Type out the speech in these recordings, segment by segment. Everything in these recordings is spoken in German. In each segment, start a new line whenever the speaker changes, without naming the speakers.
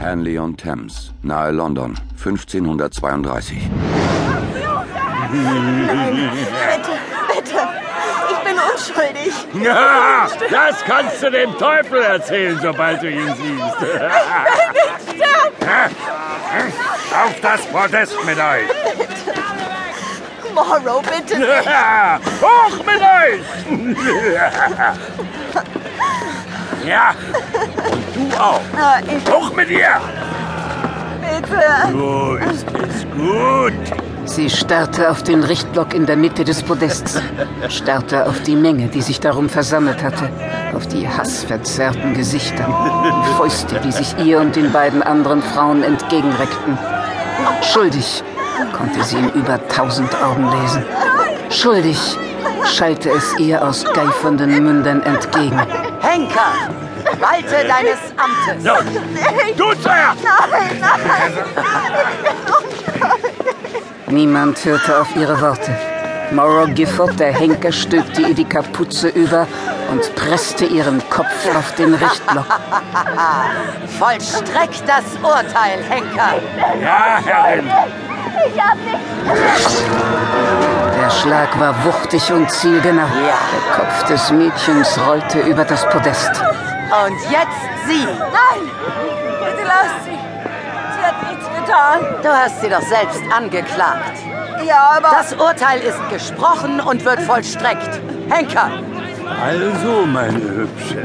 Hanley-on-Thames, nahe London, 1532.
Bitte, bitte. Ich bin unschuldig.
Ja, das kannst du dem Teufel erzählen, sobald du ihn siehst.
Auf das Podest mit euch!
Morrow, bitte.
Hoch mit euch! Ja, und du auch.
Ah, ich,
Hoch mit dir!
bitte.
So ist es gut.
Sie starrte auf den Richtblock in der Mitte des Podests, starrte auf die Menge, die sich darum versammelt hatte, auf die hassverzerrten Gesichter, die Fäuste, die sich ihr und den beiden anderen Frauen entgegenreckten. Schuldig konnte sie in über tausend Augen lesen. Schuldig schallte es ihr aus geifernden Mündern entgegen.
Henker, walte deines Amtes.
So, du zuerst!
Niemand hörte auf ihre Worte. Morrow Gifford, der Henker, stülpte ihr die Kapuze über und presste ihren Kopf auf den Richtblock.
Vollstreck das Urteil, Henker.
Ja, Herrin!
Der Schlag war wuchtig und zielgenau. Der Kopf des Mädchens rollte über das Podest.
Und jetzt sie.
Nein. Bitte lasst sie. Sie hat nichts getan.
Du hast sie doch selbst angeklagt.
Ja, aber.
Das Urteil ist gesprochen und wird vollstreckt. Henker,
Also, meine Hübsche.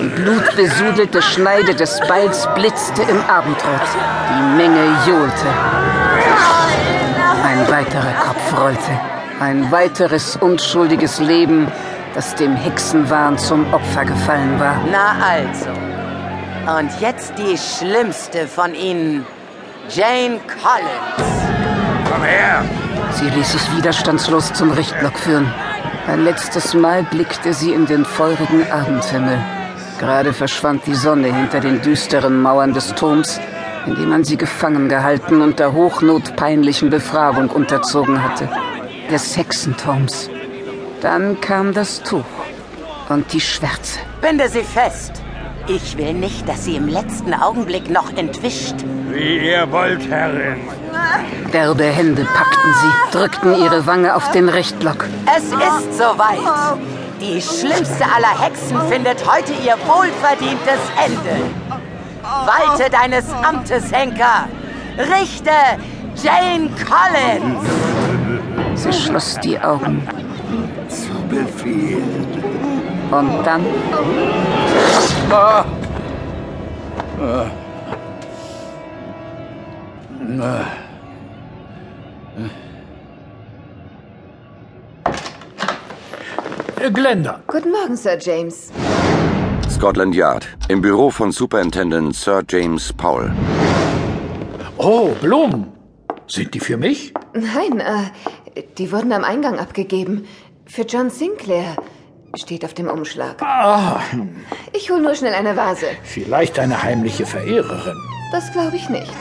Die blutbesudelte Schneide des Balls blitzte im Abendrot. Die Menge johlte. Ein weiterer Kopf rollte. Ein weiteres unschuldiges Leben, das dem Hexenwahn zum Opfer gefallen war.
na also. Und jetzt die schlimmste von ihnen, Jane Collins.
Komm her!
Sie ließ sich widerstandslos zum Richtblock führen. Ein letztes Mal blickte sie in den feurigen Abendhimmel. Gerade verschwand die Sonne hinter den düsteren Mauern des Turms, in dem man sie gefangen gehalten und der Hochnot peinlichen Befragung unterzogen hatte. Des Hexenturms. Dann kam das Tuch und die Schwärze.
Binde sie fest. Ich will nicht, dass sie im letzten Augenblick noch entwischt.
Wie ihr wollt, Herrin.
Derbe Hände packten sie, drückten ihre Wange auf den Richtblock.
Es ist soweit. Die schlimmste aller Hexen findet heute ihr wohlverdientes Ende. Walte deines Amtes, Henker. Richte Jane Collins.
Sie schloss die Augen.
Befehl.
Und dann
Äh, Glenda,
Guten Morgen, Sir James.
Scotland Yard, im Büro von Superintendent Sir James Powell.
oh, Blumen. Sind die für mich?
Nein, äh, die wurden am Eingang abgegeben. Für John Sinclair steht auf dem Umschlag. Ich hol nur schnell eine Vase.
Vielleicht eine heimliche Verehrerin.
Das glaube ich nicht.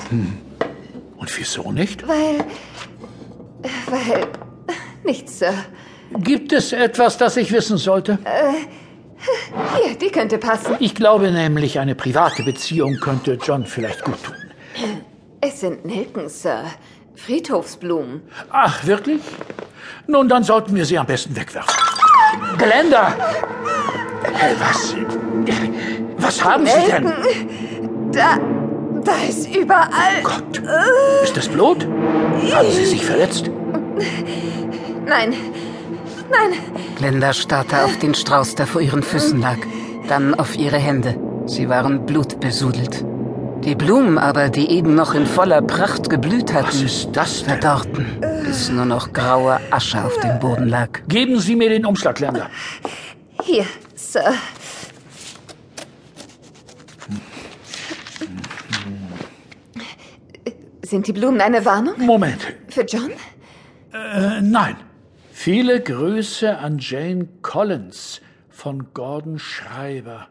Und wieso nicht?
Weil. Weil. Äh, Nichts, Sir.
Gibt es etwas, das ich wissen sollte?
Hier, die könnte passen.
Ich glaube nämlich, eine private Beziehung könnte John vielleicht gut tun.
Es sind Nelken, Sir. Friedhofsblumen.
Ach, wirklich? Nun, dann sollten wir sie am besten wegwerfen. Glenda! Äh, Was? Was haben Sie denn?
Da. Da ist überall.
Gott, ist das Blut? Haben Sie sich verletzt?
Nein. Nein.
Glenda starrte auf den Strauß, der vor ihren Füßen lag, dann auf ihre Hände. Sie waren blutbesudelt. Die Blumen aber, die eben noch in voller Pracht geblüht
Was
hatten,
ist das denn?
verdorrten, bis nur noch graue Asche auf dem Boden lag.
Geben Sie mir den Umschlag, Glenda.
Hier, Sir. Sind die Blumen eine Warnung
Moment.
für John?
Äh, nein. Viele Grüße an Jane Collins von Gordon Schreiber.